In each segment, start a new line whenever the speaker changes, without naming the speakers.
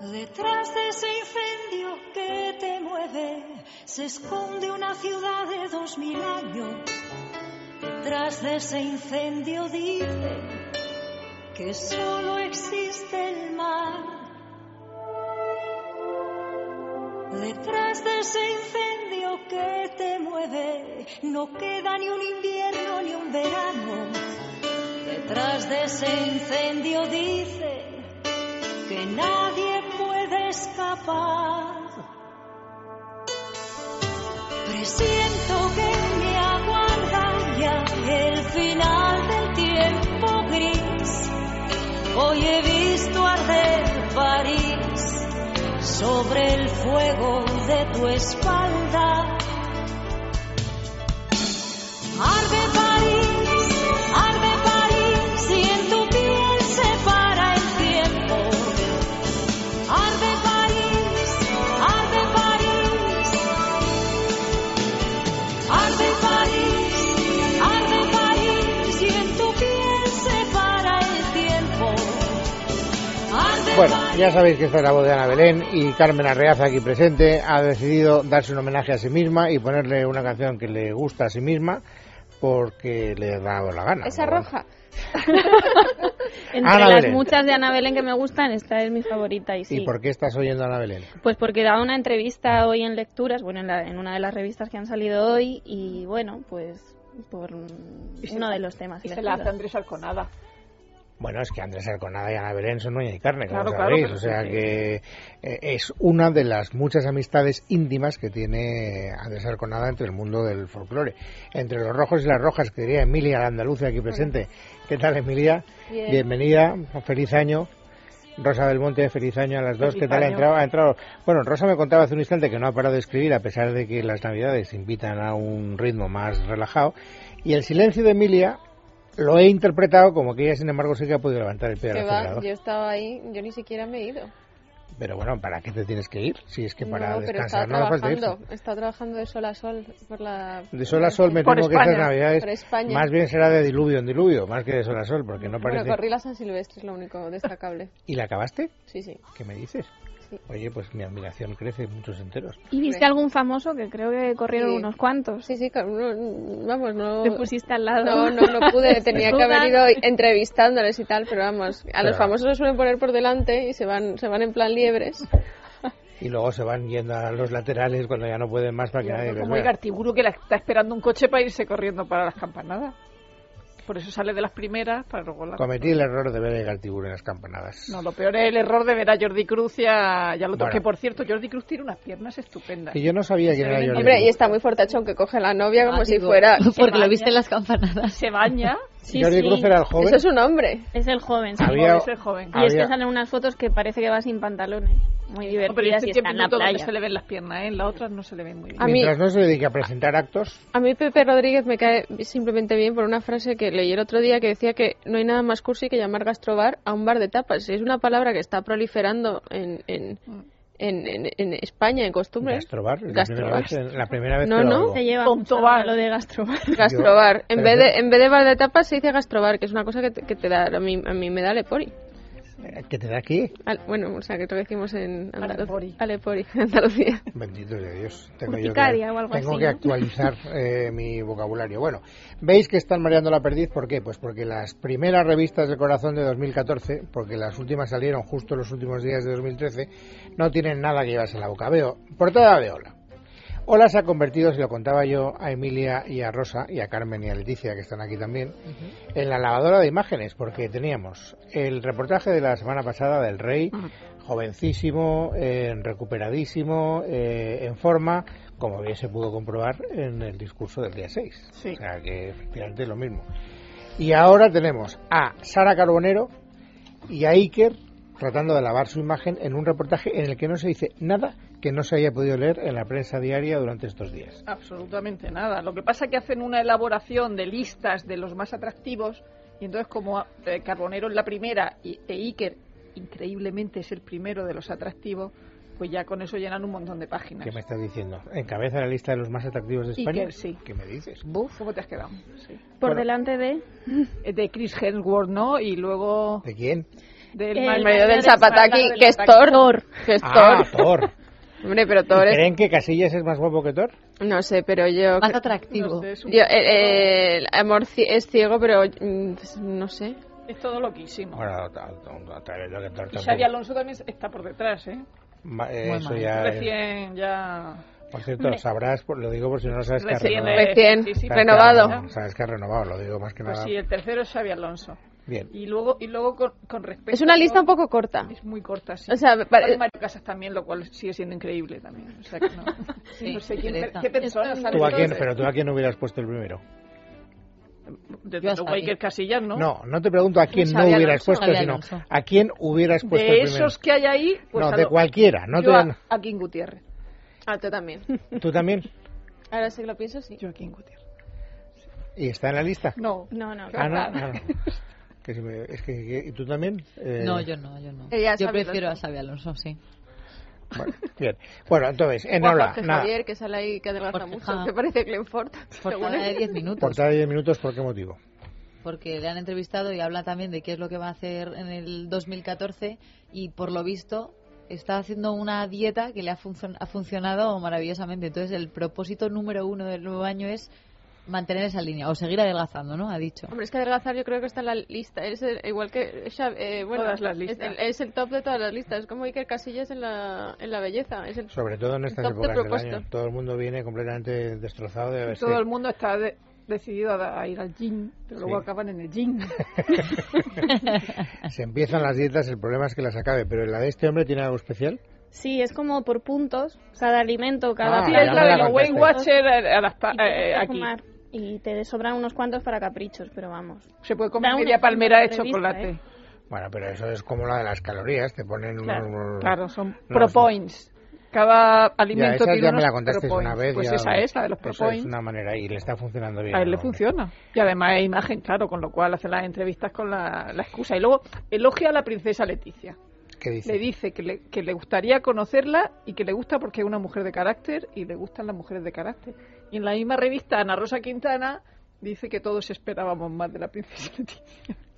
Detrás de ese incendio que te mueve se esconde una ciudad de dos mil años. Detrás de ese incendio dicen que solo existe el mar. Detrás de ese incendio que te mueve no queda ni un invierno ni un verano. Detrás de ese incendio dicen que nadie puede escapar. Presiento que me aguarda ya el final del tiempo gris. Hoy he visto arder París sobre el fuego de tu espalda. Arde París, arde París y en tu piel se para el tiempo. Arde París, arde París, arde París, arde París y en tu piel se para el tiempo. Arde
Bueno,
París.
ya sabéis que esta es la voz de Ana Belén y Carmen Arreaza aquí presente ha decidido darse un homenaje a sí misma y ponerle una canción que le gusta a sí misma porque le da la gana.
Esa
¿no?
roja.
Entre
Ana
las
Belén.
muchas de Ana Belén que me gustan, esta es mi favorita y sí.
¿Y por qué estás oyendo a Ana Belén?
Pues porque daba una entrevista hoy en Lecturas, bueno, en, la- en una de las revistas que han salido hoy y bueno, pues por mm,
Y se
uno
la-
de los temas.
Y se la hace
elegidos.
Andrés Alconada.
Bueno, es que Andrés Arconada y Ana Belén son uña y carne, como
Claro,
sabréis.
claro,
o sea
sí, sí.
que eh, es una de las muchas amistades íntimas que tiene Andrés Arconada entre el mundo del folclore. Entre los rojos y las rojas, que diría Emilia, la andaluza aquí presente. ¿Qué tal, Emilia?
Bien.
Bienvenida, feliz año. Rosa del Monte, feliz año a las dos.
Feliz
¿Qué tal ha
año.
entrado? ha entrado? Bueno, Rosa me contaba hace un instante que no ha parado de escribir, a pesar de que las navidades invitan a un ritmo más relajado. Y el silencio de Emilia lo he interpretado como que ella, sin embargo, sí que ha podido levantar el pie del
Que va,
acelerador.
yo estaba ahí, yo ni siquiera me he ido.
Pero bueno, ¿para qué te tienes que ir? Si es que para
no, pero estaba
descansar no hace falta irse.
trabajando, estaba trabajando de sol a sol por la...
De sol a sol me
Por
temo que
España,
estas navidades
por España.
más bien será de diluvio en diluvio, más que de sol a sol, porque no
Bueno,
parece...
corrí la San Silvestre, es lo único destacable.
¿Y la acabaste?
Sí, sí.
¿Qué me dices?
Sí.
Oye, pues mi admiración crece muchos enteros.
¿Y viste algún famoso que creo que corrieron
Sí.
unos cuantos?
Sí, sí, que no- vamos, no...
Te pusiste al lado.
No, no, no pude, tenía que haber
Desnuda.
ido entrevistándoles y tal, pero vamos, a
Claro.
los famosos los suelen poner por delante y se van, se van en plan liebres.
Y luego se van yendo a los laterales cuando ya no pueden más para Ah, que nadie les
Como el
vea.
Gartiburu que la está esperando un coche para irse corriendo para las campanadas. Por eso sale de las primeras para luego la...
Cometí el error de ver el Gartiburu en las campanadas.
No, lo peor es el error de ver a Jordi Cruz y a... ya lo
Bueno.
toqué. Por cierto, Jordi Cruz tiene unas piernas estupendas.
Que yo no sabía quién era Jordi.
Hombre, y
Cruz.
está muy fortacho aunque coge la novia como
Ah,
si
digo,
fuera...
Porque lo viste en las campanadas.
Se baña.
Sí,
Jordi
sí.
Cruz era el joven.
Eso es un hombre.
Es el joven, sí.
Había-
Joven, es el joven.
Y es que
había-
salen unas fotos que parece que va sin pantalones. Muy
No, pero
divertidas
este
y
tiene
está en la
minuto donde
playa.
se le ven las piernas, ¿eh? en las otras no se le ven muy bien.
A mí-
Mientras no se dedique a presentar actos,
A mí Pepe Rodríguez me cae simplemente bien por una frase que leí el otro día que decía que no hay nada más cursi que llamar gastrobar a un bar de tapas. Es una palabra que está proliferando en, en, en, en- en España, en costumbres.
Gastrobar, es La, primera
Gastrobar.
vez, en- la primera vez
No,
que lo
no.
oigo.
Se lleva
Tonto
mucho
bar.
lo de gastrobar.
Gastrobar.
Yo-
En vez,
pero-
de, en vez de bar de tapas se dice gastrobar, que es una cosa que te, que te da, a mí, a mí me da lepori.
Eh, ¿Qué te da aquí?
Al- bueno, o sea, que es lo que decimos en
Alepori.
Andalucía. Alepori, Andalucía.
Bendito de Dios. Tengo, yo que,
Urticaria o algo
tengo
así,
que
¿no?
actualizar eh, mi vocabulario. Bueno, veis que están mareando la perdiz. ¿Por qué? Pues porque las primeras revistas del corazón de 2014, porque las últimas salieron justo los últimos días de 2013, no tienen nada que llevarse a la boca. Veo, portada de Ola. Ola se ha convertido, se lo contaba yo a Emilia y a Rosa y a Carmen y a Leticia, que están aquí también, en la lavadora de imágenes, porque teníamos el reportaje de la semana pasada del rey, jovencísimo, eh, recuperadísimo, eh, en forma, como bien se pudo comprobar en el discurso del día 6.
Sí.
O sea que efectivamente es lo mismo. Y ahora tenemos a Sara Carbonero y a Iker tratando de lavar su imagen en un reportaje en el que no se dice nada que no se haya podido leer en la prensa diaria durante estos días.
Absolutamente nada. Lo que pasa es que hacen una elaboración de listas de los más atractivos y entonces como eh, Carbonero es la primera y, e Iker increíblemente es el primero de los atractivos, pues ya con eso llenan un montón de páginas.
¿Qué me estás diciendo? ¿Encabeza la lista de los más atractivos de España?
Iker, sí.
¿Qué me dices?
Buf, ¿Cómo te has quedado? Sí.
Por
Bueno.
delante de
Eh, De Chris Hemsworth, ¿no? Y luego...
¿De quién?
Del
El
mal-
El marido del
del espaldar
Zapataki,
del
que es
ataque.
Thor. Que es
Ah,
Thor.
Thor.
Hombre, pero
¿Y
Thor es...
¿Creen que Casillas es más guapo que Thor?
No sé, pero yo...
Más
No
atractivo.
sé, es un-
yo eh, eh, el amor ci- es ciego, pero mm, no sé.
Es todo loquísimo.
Bueno, ta- ta- otra vez lo que Thor
Y
tampoco-
Xavi Alonso también está por detrás, ¿eh?
Ma- eh,
Muy
Eso
mal.
ya. es-
Recién ya...
Por cierto, sabrás, por- lo digo por si no lo sabes, que ha
Recién,
renovado.
eh,
Recién
sí, sí,
Sabes que ha
renovado.
renovado, Sabes que ha renovado, lo digo más que
Pues
nada.
sí, el tercero es Xavi Alonso.
Bien.
Y luego, y luego con, con respecto...
Es una lista un
poco
poco corta.
Es muy corta, sí.
O sea, me pare-
Sale Mario Casas también, lo cual sigue siendo increíble también. O sea que no,
Sí,
no sé quién,
pereza.
qué personas salen
¿Tú a quién,
todas.
pero tú a quién hubieras puesto el primero.
Desde
Yo a
luego
Xavi.
Iker Casillas, ¿no?
No, no te pregunto a quién no
Xabi
hubieras
Alonso,
puesto,
Xabi
sino
Alonso.
a quién hubieras puesto
de
el pues primero.
esos que hay ahí, pues
no,
a
de
lo-
cualquiera. No
yo
te-
a, a King Gutiérrez.
Ah, tú también.
¿Tú también?
Ahora sí que lo pienso, sí.
Yo a King Gutiérrez.
¿Y está en la lista?
No,
No, no.
Ah, no, ah, no. Que si me- es que, que- ¿Y tú también? Eh,
No, yo no, yo no.
Ella es
Yo
Xabi
prefiero a
Alonso.
Xavi Alonso, sí.
Bueno, bien. Bueno, entonces, en
Juan
Ola,
Jorge
nada.
Javier, que sale ahí que adelgaza
Jorge
mucho.
Ja.
Que parece Glenford. según él.
Portada
eh.
de 10 minutos.
Portada de 10 minutos, ¿por qué motivo?
Porque le han entrevistado y habla también de qué es lo que va a hacer en el 2014 y por lo visto está haciendo una dieta que le ha, funcion- ha funcionado maravillosamente. Entonces el propósito número uno del nuevo año es mantener esa línea o seguir adelgazando, ¿no? Ha dicho.
Hombre, es que adelgazar yo creo que está en la lista. Es el- igual que Xav- eh, bueno,
Todas las
es
listas.
el- Es, el top de todas las listas. Es como Iker Casillas en la, en la belleza. Es el
Sobre todo en estas
Top de
épocas del
propuesta.
año. Todo el mundo viene completamente destrozado de haberse...
todo el mundo está de- decidido a, a ir al gym, pero luego
Sí.
acaban en el gym.
Se empiezan las dietas, el problema es que las acabe. Pero la de este hombre tiene algo especial.
Sí, es como por puntos, cada alimento, cada
Ah,
Sí,
plato,
es la
la
de los Weight
contaste.
Watchers eh, adapta-
y te
eh,
toca
aquí.
fumar, y te sobran unos cuantos para caprichos, pero vamos.
Se puede comer
Da una
media palmera de
entrevista,
chocolate.
¿eh?
Bueno, pero eso es como la de las calorías. Te ponen
Claro,
unos...
claro, son
No,
pro
sí.
points. Cada
ya, esa
alimento tiene
ya me
unos
la contaste
pro
una
points.
vez.
Pues
ya-
esa es, la de los pro
esa es
points.
una manera y le está funcionando bien.
A él le
¿no?
funciona. Y además hay imagen, claro, con lo cual hace las entrevistas con la, la excusa. Y luego elogia a la princesa Leticia.
¿Qué dice?
Le dice que le, que le gustaría conocerla y que le gusta porque es una mujer de carácter y le gustan las mujeres de carácter. Y en la misma revista, Ana Rosa Quintana dice que todos esperábamos más de la princesa Leticia.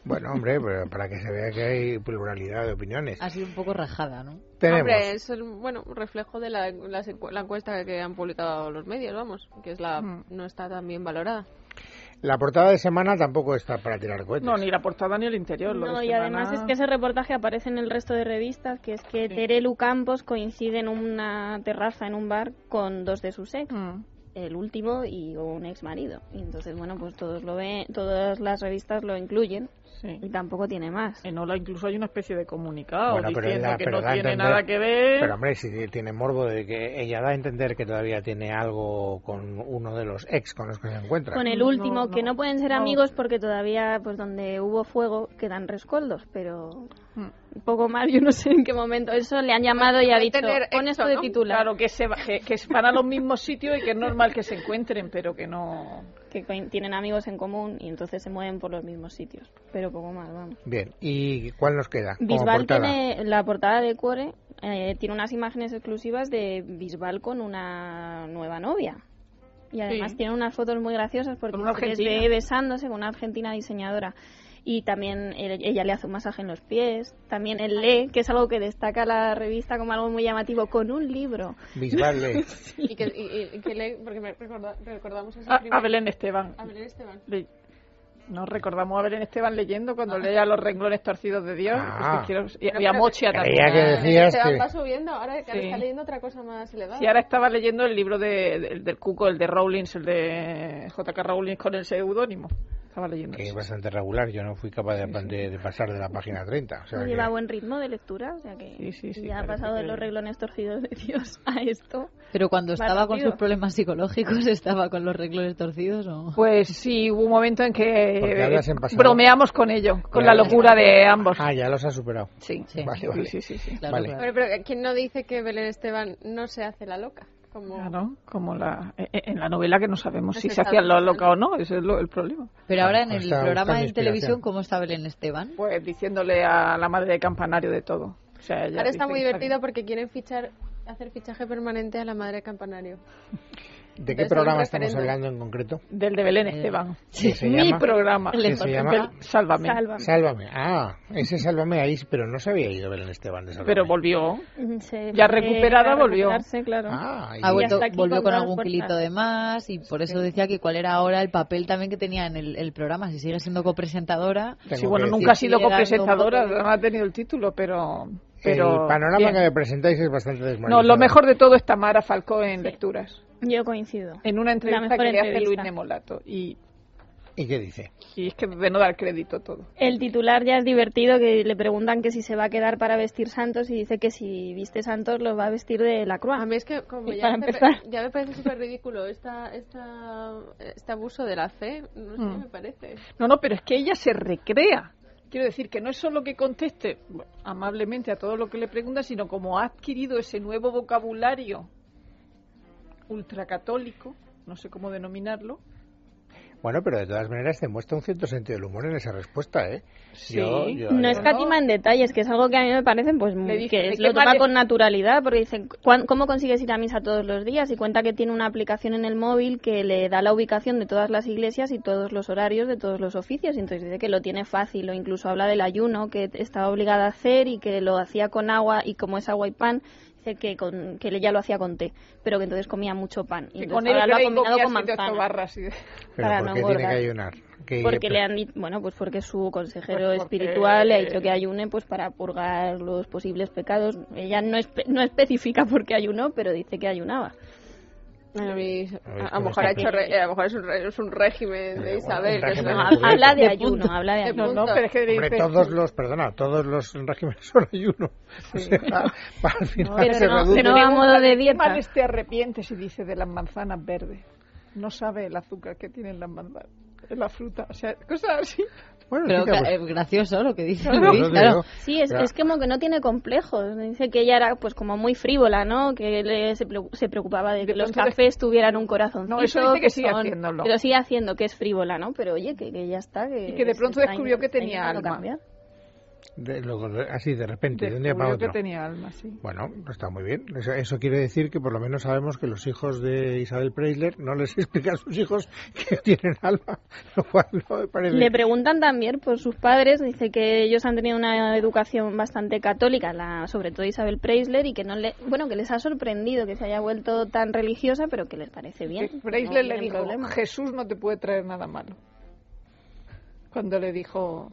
Bueno, hombre, pero para que se vea que hay pluralidad de opiniones.
Ha sido un poco rajada, ¿no?
Tenemos.
Hombre, es el, bueno, un reflejo de la, las encu- la encuesta que han publicado los medios, vamos, que es la
Mm.
no está tan bien valorada.
La portada de semana tampoco está para tirar cohetes.
No, ni la portada ni el interior. lo de este
No, y
semana-
además es que ese reportaje aparece en el resto de revistas, que es que
Sí.
Terelu Campos coincide en una terraza, en un bar, con dos de sus ex,
Mm.
el último y un ex marido. Y entonces, bueno, pues todos lo ven, todas las revistas lo incluyen
Sí.
y tampoco tiene más.
En Ola incluso hay una especie de comunicado
Bueno, pero
diciendo
la-
que
pero
no
da a
tiene
entender-
nada que ver.
Pero hombre, si tiene morbo de que ella da a entender que todavía tiene algo con uno de los ex con los que se encuentra.
Con el
No,
último,
no,
que no pueden ser
no.
amigos porque todavía, pues donde hubo fuego, quedan rescoldos, pero
Mm.
poco más, yo no sé en qué momento. Eso le han llamado y ha
Hay
dicho,
tener
pon
esto,
esto de
¿no?
titular.
Claro, que, se, va- que, que van a los mismos sitios y que es normal que se encuentren, pero que no.
que coin- tienen amigos en común y entonces se mueven por los mismos sitios, pero poco más, vamos.
Bien, ¿y cuál nos queda? como
Bisbal
portada?
tiene la portada de Cuore, eh, tiene unas imágenes exclusivas de Bisbal con una nueva novia. Y además
Sí.
tiene unas fotos muy graciosas porque
Con una
se les
argentina.
ve besándose con una argentina diseñadora. Y también él- ella le hace un masaje en los pies. También él lee, que es algo que destaca la revista como algo muy llamativo, con un libro.
Bisbal eh. lee.
Y que, y- y que le, porque me recorda- recordamos ese
A,
primer-
a Belén Esteban.
a Belén Esteban.
Le- nos recordamos a Belén Esteban leyendo cuando leía Los renglones torcidos de Dios.
Ah.
Es que quiero- y, y a Mochi también.
Creía que decías
Esteban
que...
va subiendo, ahora que ahora
Sí.
está leyendo otra cosa más elevada.
Y ahora estaba leyendo el libro de, del, del Cuco, el de Rowling, el de J.K. Rowling con el seudónimo. Estaba leyendo.
que es
eso.
bastante regular, yo no fui capaz de, de- de pasar de la página 30. O sea
No
que-
lleva buen ritmo de lectura, o sea que
Sí, sí, sí,
ya ha
parece
pasado de
que-
los reglones torcidos de Dios a esto.
Pero cuando estaba con
Barrido.
sus problemas psicológicos, estaba con los reglones torcidos o...
Pues sí, hubo un momento en que eh,
Porque hablas en pasado.
bromeamos con ello, con la
Claro.
locura de ambos.
Ah, ya los ha superado.
Sí,
Sí.
Vale, vale.
sí, sí, sí, sí.
Claro,
Vale.
claro.
Hombre, pero ¿quién no dice que Belén Esteban no se hace la loca? Como
Claro, como la, e- e- en la novela que no sabemos
Pues
si se
está
hacían lo
buscando.
loca o no, ese es lo- el problema.
Pero ahora en el
Está
programa
buscando
en televisión,
inspiración.
¿cómo está Belén Esteban?
Pues diciéndole a la madre de Campanario de todo. O sea, ella
Ahora está
dice
muy
que
divertido porque quieren fichar, hacer fichaje permanente a la madre de campanario.
¿De qué
Entonces,
programa
un
estamos
referéndum.
hablando en concreto?
Del de Belén Esteban.
Sí, se
Mi
llama-
programa.
que se llama-
Bel- Sálvame.
Sálvame.
Sálvame. Ah, ese Sálvame ahí, pero no se había ido Belén Esteban de Sálvame.
Pero volvió.
Se
Ya
fue
recuperada
a
volvió.
recuperarse, claro.
Ah, y-
Ha vuelto,
hasta aquí
volvió
con
con
todas
algún
fuerzas.
kilito de más y por eso decía que cuál era ahora el papel también que tenía en el, el programa. Si sigue siendo copresentadora,
tengo
Sí, bueno,
que
nunca ha
decir,
sido
Sigue dando
copresentadora,
un poco de-
no ha tenido el título, pero. pero
el panorama
bien.
que me presentáis es bastante
No,
desmoralizado.
lo mejor de todo es Tamara Falcó en
Sí.
lecturas.
Yo coincido.
En una entrevista
mejor
que le hace
entrevista.
Luis Nemolato. Y,
¿Y qué dice?
y es que de no dar crédito todo.
El titular ya es divertido, que le preguntan que si se va a quedar para vestir santos y dice que si viste santos los va a vestir de la cruz.
A mí es que como
Y
ya,
para
me-
empezar.
ya me parece súper ridículo esta, esta, este abuso de la fe, no sé,
Mm.
me parece.
No, no, pero es que ella se recrea. Quiero decir que no es solo que conteste bueno, amablemente a todo lo que le pregunta, sino como ha adquirido ese nuevo vocabulario ultracatólico, no sé cómo denominarlo.
Bueno, pero de todas maneras te muestra un cierto sentido del humor en esa respuesta, ¿eh?
Sí.
No
yo-
escatima en detalles, que es algo que a mí me parece pues
Le dice,
que es-
¿de
lo
qué
toma
vale?
con naturalidad, porque dicen, "¿Cuán- ¿cómo consigues ir a misa todos los días? Y cuenta que tiene una aplicación en el móvil que le da la ubicación de todas las iglesias y todos los horarios de todos los oficios, y entonces dice que lo tiene fácil, o incluso habla del ayuno que estaba obligada a hacer y que lo hacía con agua, y como es agua y pan, dice que, con, que ella lo hacía con té, pero que entonces comía mucho pan. Y
Que
entonces
con él
ahora lo ha
creen
combinado
que
con
ha sido ocho
manzana.
barras y-
Pero
para
¿por
no
qué tiene que
engordar.
ayunar? Que-
Porque le han dicho, bueno, pues porque su consejero
Pues porque-
espiritual le ha dicho que ayune pues para purgar los posibles pecados. Ella no, espe- no especifica por qué ayunó, pero dice que ayunaba.
A, mí- a-
ver,
a
¿cómo
lo mejor, ha
está? Eh,
hecho re- a lo mejor es, un, re- es un régimen
Bueno,
de Isabel.
un
que es
régimen
una-
de
pues,
Correcto.
Habla de,
De
ayuno,
punto.
habla de
De
ayuno.
No, no,
punto.
pero es que le
Hombre,
dice-
todos los, perdona, todos los regímenes son ayuno. O sea, al final
pero
se
no,
reduce.
pero no a modo de dieta.
Males te arrepientes y dice de las manzanas verdes. No sabe el azúcar que tienen las manzanas, la fruta, o sea, cosas así.
Bueno,
pero
chica,
cla-
pues,
eh, gracioso lo que dice
no,
Luis,
no te
claro.
digo.
Sí, es,
Ya.
es como que no tiene complejos. Dice que ella era pues como muy frívola, ¿no? Que le- se, pre- se preocupaba de que
De
los
pronto
cafés tuvieran un corazón.
No, eso dice que sigue haciéndolo.
Pero sigue haciendo, que es frívola, ¿no? Pero oye, que, que ya está. Que
Y que de
se
pronto
está
descubrió
in-
que
está
tenía
intentando
alma.
cambiar.
de- luego, de- así de repente, de un día para
Descubrió
otro.
que tenía alma, sí.
Bueno, está muy bien. Eso, eso quiere decir que por lo menos sabemos que los hijos de Isabel Preisler no les explica a sus hijos que tienen alma, lo cual no me parece.
Le preguntan también por sus padres, dice que ellos han tenido una educación bastante católica, la, sobre todo Isabel Preisler, y que no le, bueno, que les ha sorprendido que se haya vuelto tan religiosa, pero que les parece bien.
Eh,
Que
no
Preisler le
tienen
dijo,
problema.
Jesús no te puede traer nada malo. Cuando le dijo,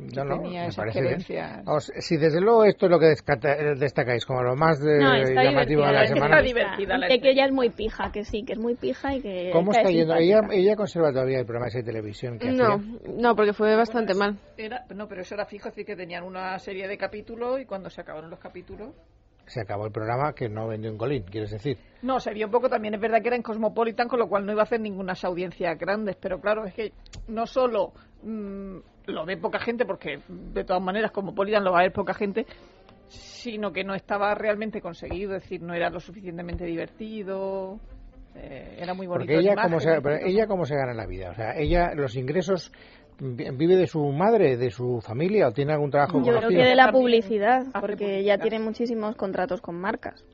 No, no,
tenía
me
esas
parece bien.
creencias.
Vamos, si desde luego esto es lo que descata- eh, destacáis como lo más de-
No, está
llamativo de
divertida,
la
está
semana,
divertida. la
Dice que
entrevista.
ella es muy pija, que sí, que es muy pija y que
¿cómo
que
está
es
yendo? Ella,
simpática.
ella conserva todavía el programa ese de televisión que
No,
hacía.
no, porque fue bastante mal.
Era, no, pero eso era fijo, es decir, que tenían una serie de capítulos y cuando se acabaron los capítulos...
Se acabó el programa que no vendió un colín, quieres decir.
No, se vio un poco también, es verdad que era en Cosmopolitan, con lo cual no iba a hacer ninguna audiencias grandes, pero claro, es que no solo mm, lo ve poca gente, porque de todas maneras Cosmopolitan lo va a ver poca gente, sino que no estaba realmente conseguido, es decir, no era lo suficientemente divertido, eh, era muy bonito.
Porque
en
ella
imagen,
cómo, se,
muy
pero
bonito.
ella cómo se gana la vida. O sea, ella los ingresos vi- vive de su madre, de su familia o tiene algún trabajo
Yo creo
conocido.
que de la
También
publicidad,
hace
porque
publicidad.
ella tiene muchísimos contratos con marcas,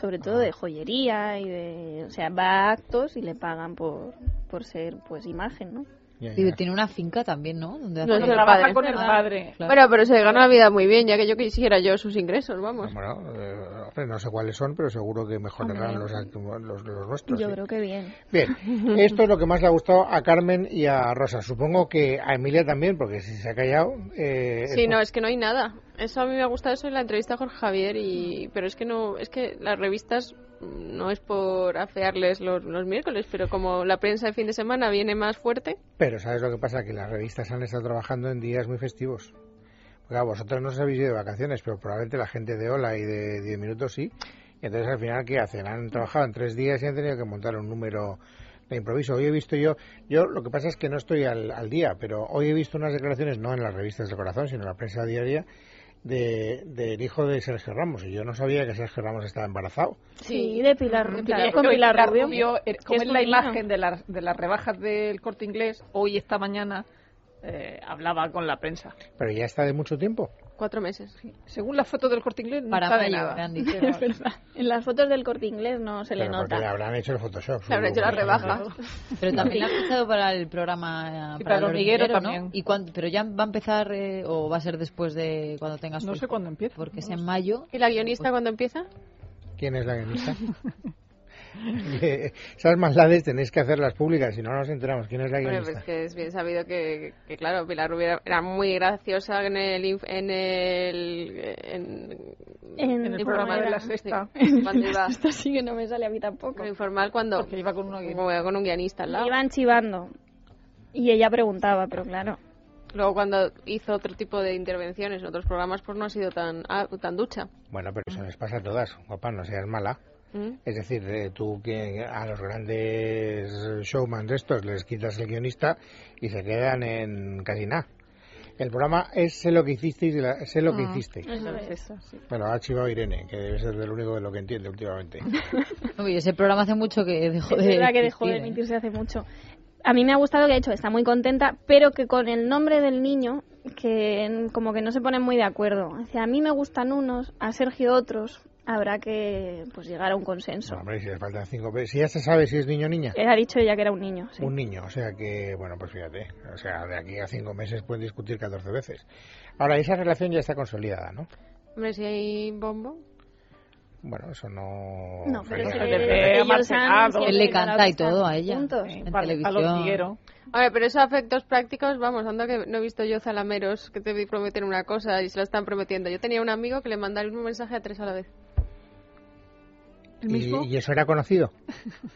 sobre todo de joyería y de, o sea, va a actos y le pagan por, por ser pues imagen, ¿no?
Ya,
Y
ya.
tiene una finca también, ¿no? Donde
No,
hace-
es el
Trabaja
padre.
con el padre.
Claro.
Bueno, pero se ganó la vida muy bien, ya que yo quisiera yo sus ingresos, vamos.
Bueno, eh, hombre, no sé cuáles son, pero seguro que mejorarán los, actu- los, los nuestros.
Yo
Pues sí.
creo que bien.
Bien, esto es lo que más le ha gustado a Carmen y a Rosa. Supongo que a Emilia también, porque si se ha callado. Eh,
Sí,
es-
no, es que no hay nada. Eso a mí me ha gustado eso en la entrevista a Jorge Javier y pero es que no, es que las revistas mm, no es por afearles los, los miércoles, pero como la prensa de fin de semana viene más fuerte,
Pero ¿sabes lo que pasa? Que las revistas han estado trabajando en días muy festivos. Porque a vosotros no os habéis ido de vacaciones, pero probablemente la gente de Hola y de 10 Minutos sí. Y entonces al final, ¿qué hacen? Han trabajado en tres días y han tenido que montar un número de improviso. Hoy he visto yo, yo lo que pasa es que no estoy al, al día, pero hoy he visto unas declaraciones, no en las revistas del corazón, sino en la prensa diaria, de, del hijo de Sergio Ramos. Y yo no sabía que Sergio Ramos estaba embarazado.
Sí, de Pilar, Pilar-
Mm, Pilar
con
Rubio,
Pilar,
Pilar
Rubio,
Rubio, eh,
que
como es
un
la
niño.
imagen de, las de las rebajas del corte inglés, hoy, esta mañana, eh, hablaba con la prensa.
Pero ya está de mucho tiempo.
Cuatro meses.
Según la foto del corte inglés, no
Para
está de
mayo,
nada.
me han dicho.
Es verdad. En las fotos del corte inglés no se le
Pero porque le
nota.
habrán hecho el Photoshop.
Le habrán hecho la
supongo, por ejemplo.
rebaja.
Pero también ha fichado para el programa. eh,
Sí, para el hormiguero también.
¿no? ¿Y cuándo- pero ya va a empezar eh, o va a ser después de cuando tengas.
No
tu
sé
hijo?
cuándo empieza.
Porque es en mayo.
¿Y la guionista cuando empieza?
¿Quién es la guionista? Que Esas maldades tenéis que hacerlas públicas, si no no nos enteramos. ¿Quién es la
Bueno,
guionista?
pues que es bien sabido que, que, claro, Pilar Rubio era muy graciosa en el... inf- En el en,
En el programa de la sexta.
cuando iba,
Esto sí que no me sale a mí tampoco.
lo informal cuando...
Porque iba con una guionista.
como iba con un guionista al lado.
Iban chivando. Y ella preguntaba, pero claro.
Luego cuando hizo otro tipo de intervenciones en otros programas, pues no ha sido tan, ah, tan ducha.
Bueno, pero eso les pasa a todas, guapa, no seas mala.
¿Mm?
Es decir, eh, tú que a los grandes showman de estos les quitas el guionista y se quedan en casi nada. El programa es Sé lo que hicisteis, y la- sé lo que hiciste.
La sexta, sí.
Bueno, ha chivado Irene, que debe ser el único de lo que entiende últimamente.
Uy, ese programa hace mucho que dejó de.
es verdad que dejó de
existir, ¿eh?
emitirse hace mucho. A mí me ha gustado que ha hecho, está muy contenta, pero que con el nombre del niño, que en- como que no se ponen muy de acuerdo. Dice, a mí me gustan unos, a Sergio otros, habrá que pues llegar a un consenso.
Bueno, hombre, si les faltan cinco pe- Si ya se sabe si es niño o niña.
Él ha dicho ella que era un niño. sí.
Un niño, o sea que, bueno, pues fíjate, o sea, de aquí a cinco meses pueden discutir 14 veces. Ahora, esa relación ya está consolidada, ¿no?
Hombre, si hay bombo...
Bueno, eso no...
No,
o sea,
pero
ya-
sí
se
que
le ve
ellos han
amargado.
siempre
Él le
declarado
canta
que
y todo
están
a ella.
juntos.
En
Para-
televisión.
Al hormiguero.
A ver, pero eso a efectos prácticos, vamos, ando que no he visto yo zalameros que te prometen una cosa y se la están prometiendo. Yo tenía un amigo que le mandaba el mismo mensaje a tres a la vez.
El
¿Y,
mismo.
y eso era conocido?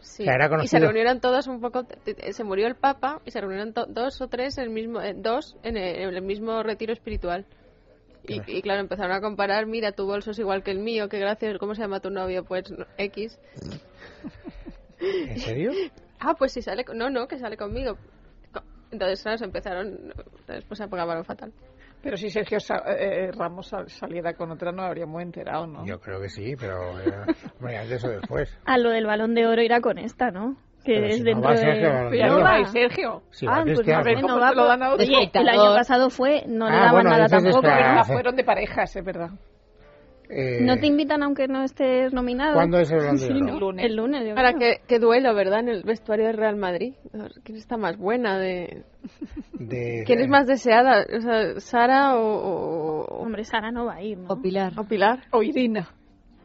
Sí.
O sea, era
y se
conocido.
reunieron todos un poco, te- te- se murió el Papa y se reunieron to- dos o tres, el mismo, eh, dos en el, en el mismo retiro espiritual. Y, y claro, empezaron a comparar, mira, tu bolso es igual que el mío, qué gracias, ¿cómo se llama tu novio? Pues no- X.
¿En serio?
Ah, pues sí, sale, con- no, no, que sale conmigo. Co- Entonces, claro, se empezaron, pues, después se acabaron fatal.
Pero si Sergio Sa- eh, eh, Ramos sal- saliera con otra, no habríamos enterado, ¿no?
Yo creo que sí, pero... eh, hombre, antes o después.
A lo del balón de oro irá con esta, ¿no? Que
Pero
es
si no
dentro
va
de...
Sergio Balón
Pero
de
ya no
Oro.
va, y Sergio.
Sí, va este
Ah, pues
Cristiano.
a ver,
¿Cómo
no
te
va
lo dan
por-
ahora?
Oye, el año
Espectador.
pasado fue, no le
Ah,
daban
bueno,
nada
ese es
tampoco.
extra.
Ah,
Hace-
fueron de parejas, es verdad.
Eh,
No te invitan aunque no estés nominado.
¿Cuándo es el Balón de
Sí,
Oro?
¿no?
El lunes.
El lunes, yo
Ahora,
creo.
qué, qué duelo, ¿verdad? En el vestuario del Real Madrid. ¿Quién está más buena? De...
De-
¿Quién es más deseada? O sea, ¿Sara o, o- o-
Hombre, Sara no va a ir, ¿no?
O Pilar.
o Pilar?
O Irina.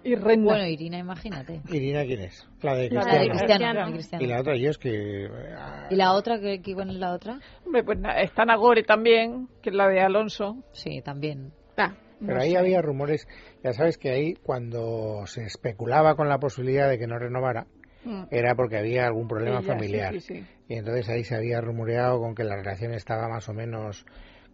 Y Renda.
Bueno, Irina, imagínate.
Irina, ¿quién es? La de
La Ah, de
La de
Cristiano.
Cristiano. la
Cristiano.
de
Y la
Cristiano.
otra, yo es que... ah,
¿Y la otra? ¿Qué, qué- ¿Cuál es la otra?
Hombre, pues na- está Nagore también, que es la de Alonso.
Sí, también.
Ah,
Pero ahí había rumores, ya sabes que ahí cuando se especulaba con la posibilidad de que no renovara,
Mm.
era porque había algún problema
Ella, sí,
familiar.
sí, sí.
Y entonces ahí se había rumoreado con que la relación estaba más o menos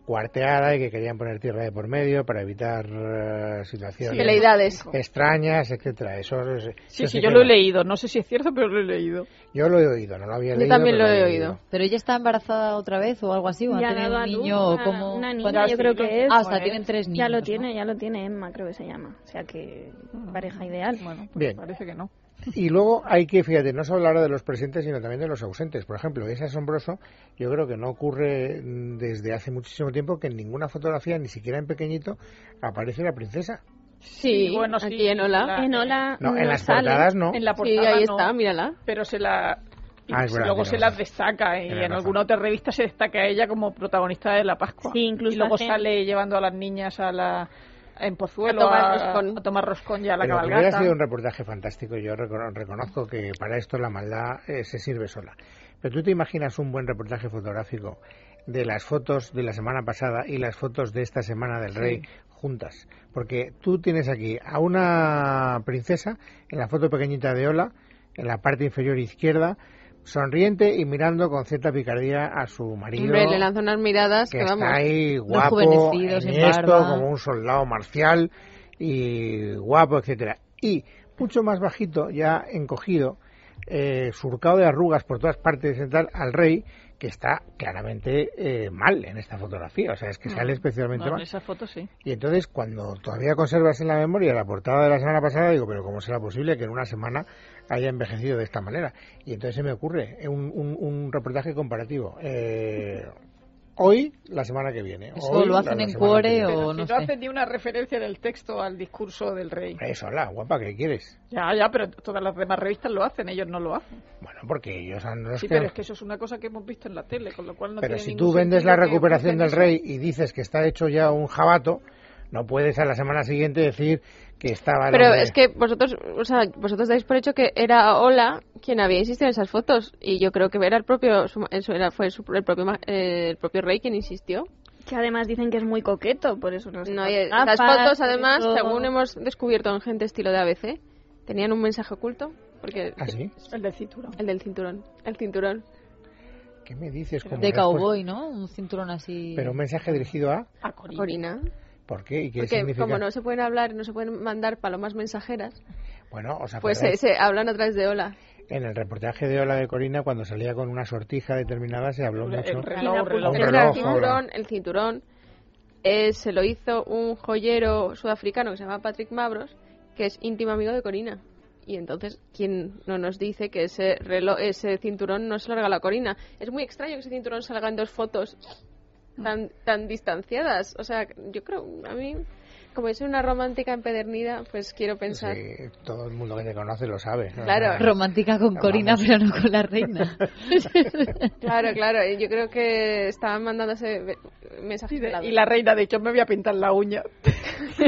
cuarteada y que querían poner tierra de por medio para evitar eh, situaciones
Peleidades.
extrañas, etcétera. Eso, eso-
Sí,
eso
sí,
se
yo lo he
queda.
leído. No sé si es cierto, pero lo he leído.
Yo lo he oído, no lo había
Yo
leído.
también
pero
lo he oído.
Pero ella está embarazada otra vez o algo así, o ha
Ya ha
tenido
dado
un
a luz
niño
una-
o como.
una niña,
¿Cuántos-
yo creo que es.
Ah, o sea,
Joder.
tienen tres niños.
Ya lo
¿no? Ah.
tiene, ya lo tiene Emma, creo que se llama. O sea que pareja ideal.
Bueno, pues
Bien.
parece que no.
Y luego hay que, fíjate, no solo hablar de los presentes, sino también de los ausentes. Por ejemplo, es asombroso, yo creo que no ocurre mm, desde hace muchísimo tiempo que en ninguna fotografía, ni siquiera en pequeñito, aparece la princesa.
Sí,
bueno, sí,
aquí en Ola.
Ah,
en Ola
No,
no,
en las
sale.
portadas no.
En la
Sí,
portada
ahí
no,
está, mírala.
Pero se la... y
Ah, es verdad,
luego
tienes
se la
razón.
destaca y
Tienes
en
razón.
alguna otra revista se destaca a ella como protagonista de la Pascua.
Sí, incluso
y luego
hacen-
sale llevando a las niñas a la en Pozuelo
A tomar
a,
roscón.
a tomar roscón y a la
Pero que hubiera
cabalgata.
sido un reportaje fantástico, yo recono- reconozco que para esto la maldad eh, se sirve sola. Pero tú te imaginas un buen reportaje fotográfico de las fotos de la semana pasada y las fotos de esta semana del rey juntas. Porque tú tienes aquí a una princesa en la foto pequeñita de Ola, en la parte inferior izquierda, sonriente y mirando con cierta picardía a su marido.
Hombre, le lanzo unas miradas que,
que
vamos.
está ahí guapo,
rejuvenecido, sin
esto
barba.
como un soldado marcial y guapo, etcétera. Y mucho más bajito, ya encogido, eh, surcado de arrugas por todas partes, y tal, al rey que está claramente eh, mal en esta fotografía, o sea, es que sale especialmente
No, en
mal.
esa foto sí.
Y entonces, cuando todavía conservas en la memoria la portada de la semana pasada, digo, pero ¿cómo será posible que en una semana haya envejecido de esta manera? Y entonces se me ocurre un, un- un reportaje comparativo. Eh, hoy, la semana que viene.
Eso
Hoy,
lo
la-
hacen
la
en
semana
Cuore
que viene.
o-
Pero
no
si
sé.
no hacen ni una referencia en el texto al discurso del rey.
Eso, la guapa, ¿qué quieres?
Ya, ya, pero todas las demás revistas lo hacen, ellos no lo hacen.
Bueno, porque ellos han... no es
Sí,
que-
pero es que eso es una cosa que hemos visto en la tele, con lo cual no
pero
tiene
si
ningún
tú vendes la
sentido que
recuperación
oculten
del
eso.
rey y dices que está hecho ya un jabato, no puedes a la semana siguiente decir que estaba... el
Pero
hombre-
es que vosotros, o sea, vosotros dais por hecho que era Ola quien había insistido en esas fotos y yo creo que era el propio, su- eso era, fue su- el propio, ma- eh, el propio rey quien insistió.
Que además dicen que es muy coqueto, por eso no se
No,
pone
y
gafas,
Pues las fotos,
por
además,
eso-
según hemos descubierto en gente estilo de ABC, tenían un mensaje oculto porque
¿Ah, sí?
El del cinturón.
el del cinturón, el cinturón.
¿Qué me dices? Como
De
después-
cowboy, ¿no? Un cinturón así.
Pero un mensaje dirigido a...
A Corina.
Corina,
¿Por qué? ¿Y qué
porque
significa?
como no se pueden hablar, no se pueden mandar palomas mensajeras,
Bueno, os
pues
acordáis,
se, se hablan a través de Ola.
en el reportaje de Ola de Corina, cuando salía con una sortija determinada, se habló mucho...
El reloj,
Era
reloj.
Un
El
reloj,
cinturón,
ahora.
el cinturón eh, se lo hizo un joyero sudafricano que se llama Patrick Mavros, que es íntimo amigo de Corina. Y entonces, ¿quién no nos dice que ese reloj, ese cinturón no se lo regaló Corina? Es muy extraño que ese cinturón salga en dos fotos tan, tan distanciadas. O sea, yo creo, a mí, como yo soy una romántica empedernida, pues quiero pensar.
Sí, todo el mundo que te conoce lo sabe.
Claro.
Romántica con Corina,
Vamos.
pero no con la reina.
Claro, claro, eh, yo creo que estaban mandándose ve- mensajes
Y,
de
de-
lado.
y la reina ha dicho, me voy a pintar la uña.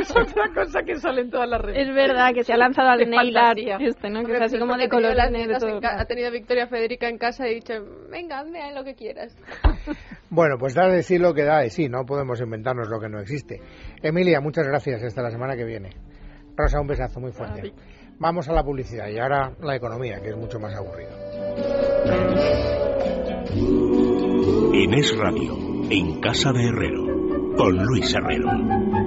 es otra cosa que sale en todas las revistas.
Es verdad que se ha lanzado al
De
nail art
fantasía.
este, ¿no? Que es
Hombre,
así
pues
como
ha
de
tenido
color
las
negro
netas en
todo.
ca- Ha tenido Victoria Federica en casa y ha dicho, venga, hazme ahí lo que quieras.
Bueno, pues da de decir lo que da de sí, no podemos inventarnos lo que no existe. Emilia, muchas gracias, hasta la semana que viene. Rosa, un besazo muy fuerte. Vamos a la publicidad y ahora la economía, que es mucho más aburrido.
Inés Radio, en Casa de Herrero, con Luis Herrero.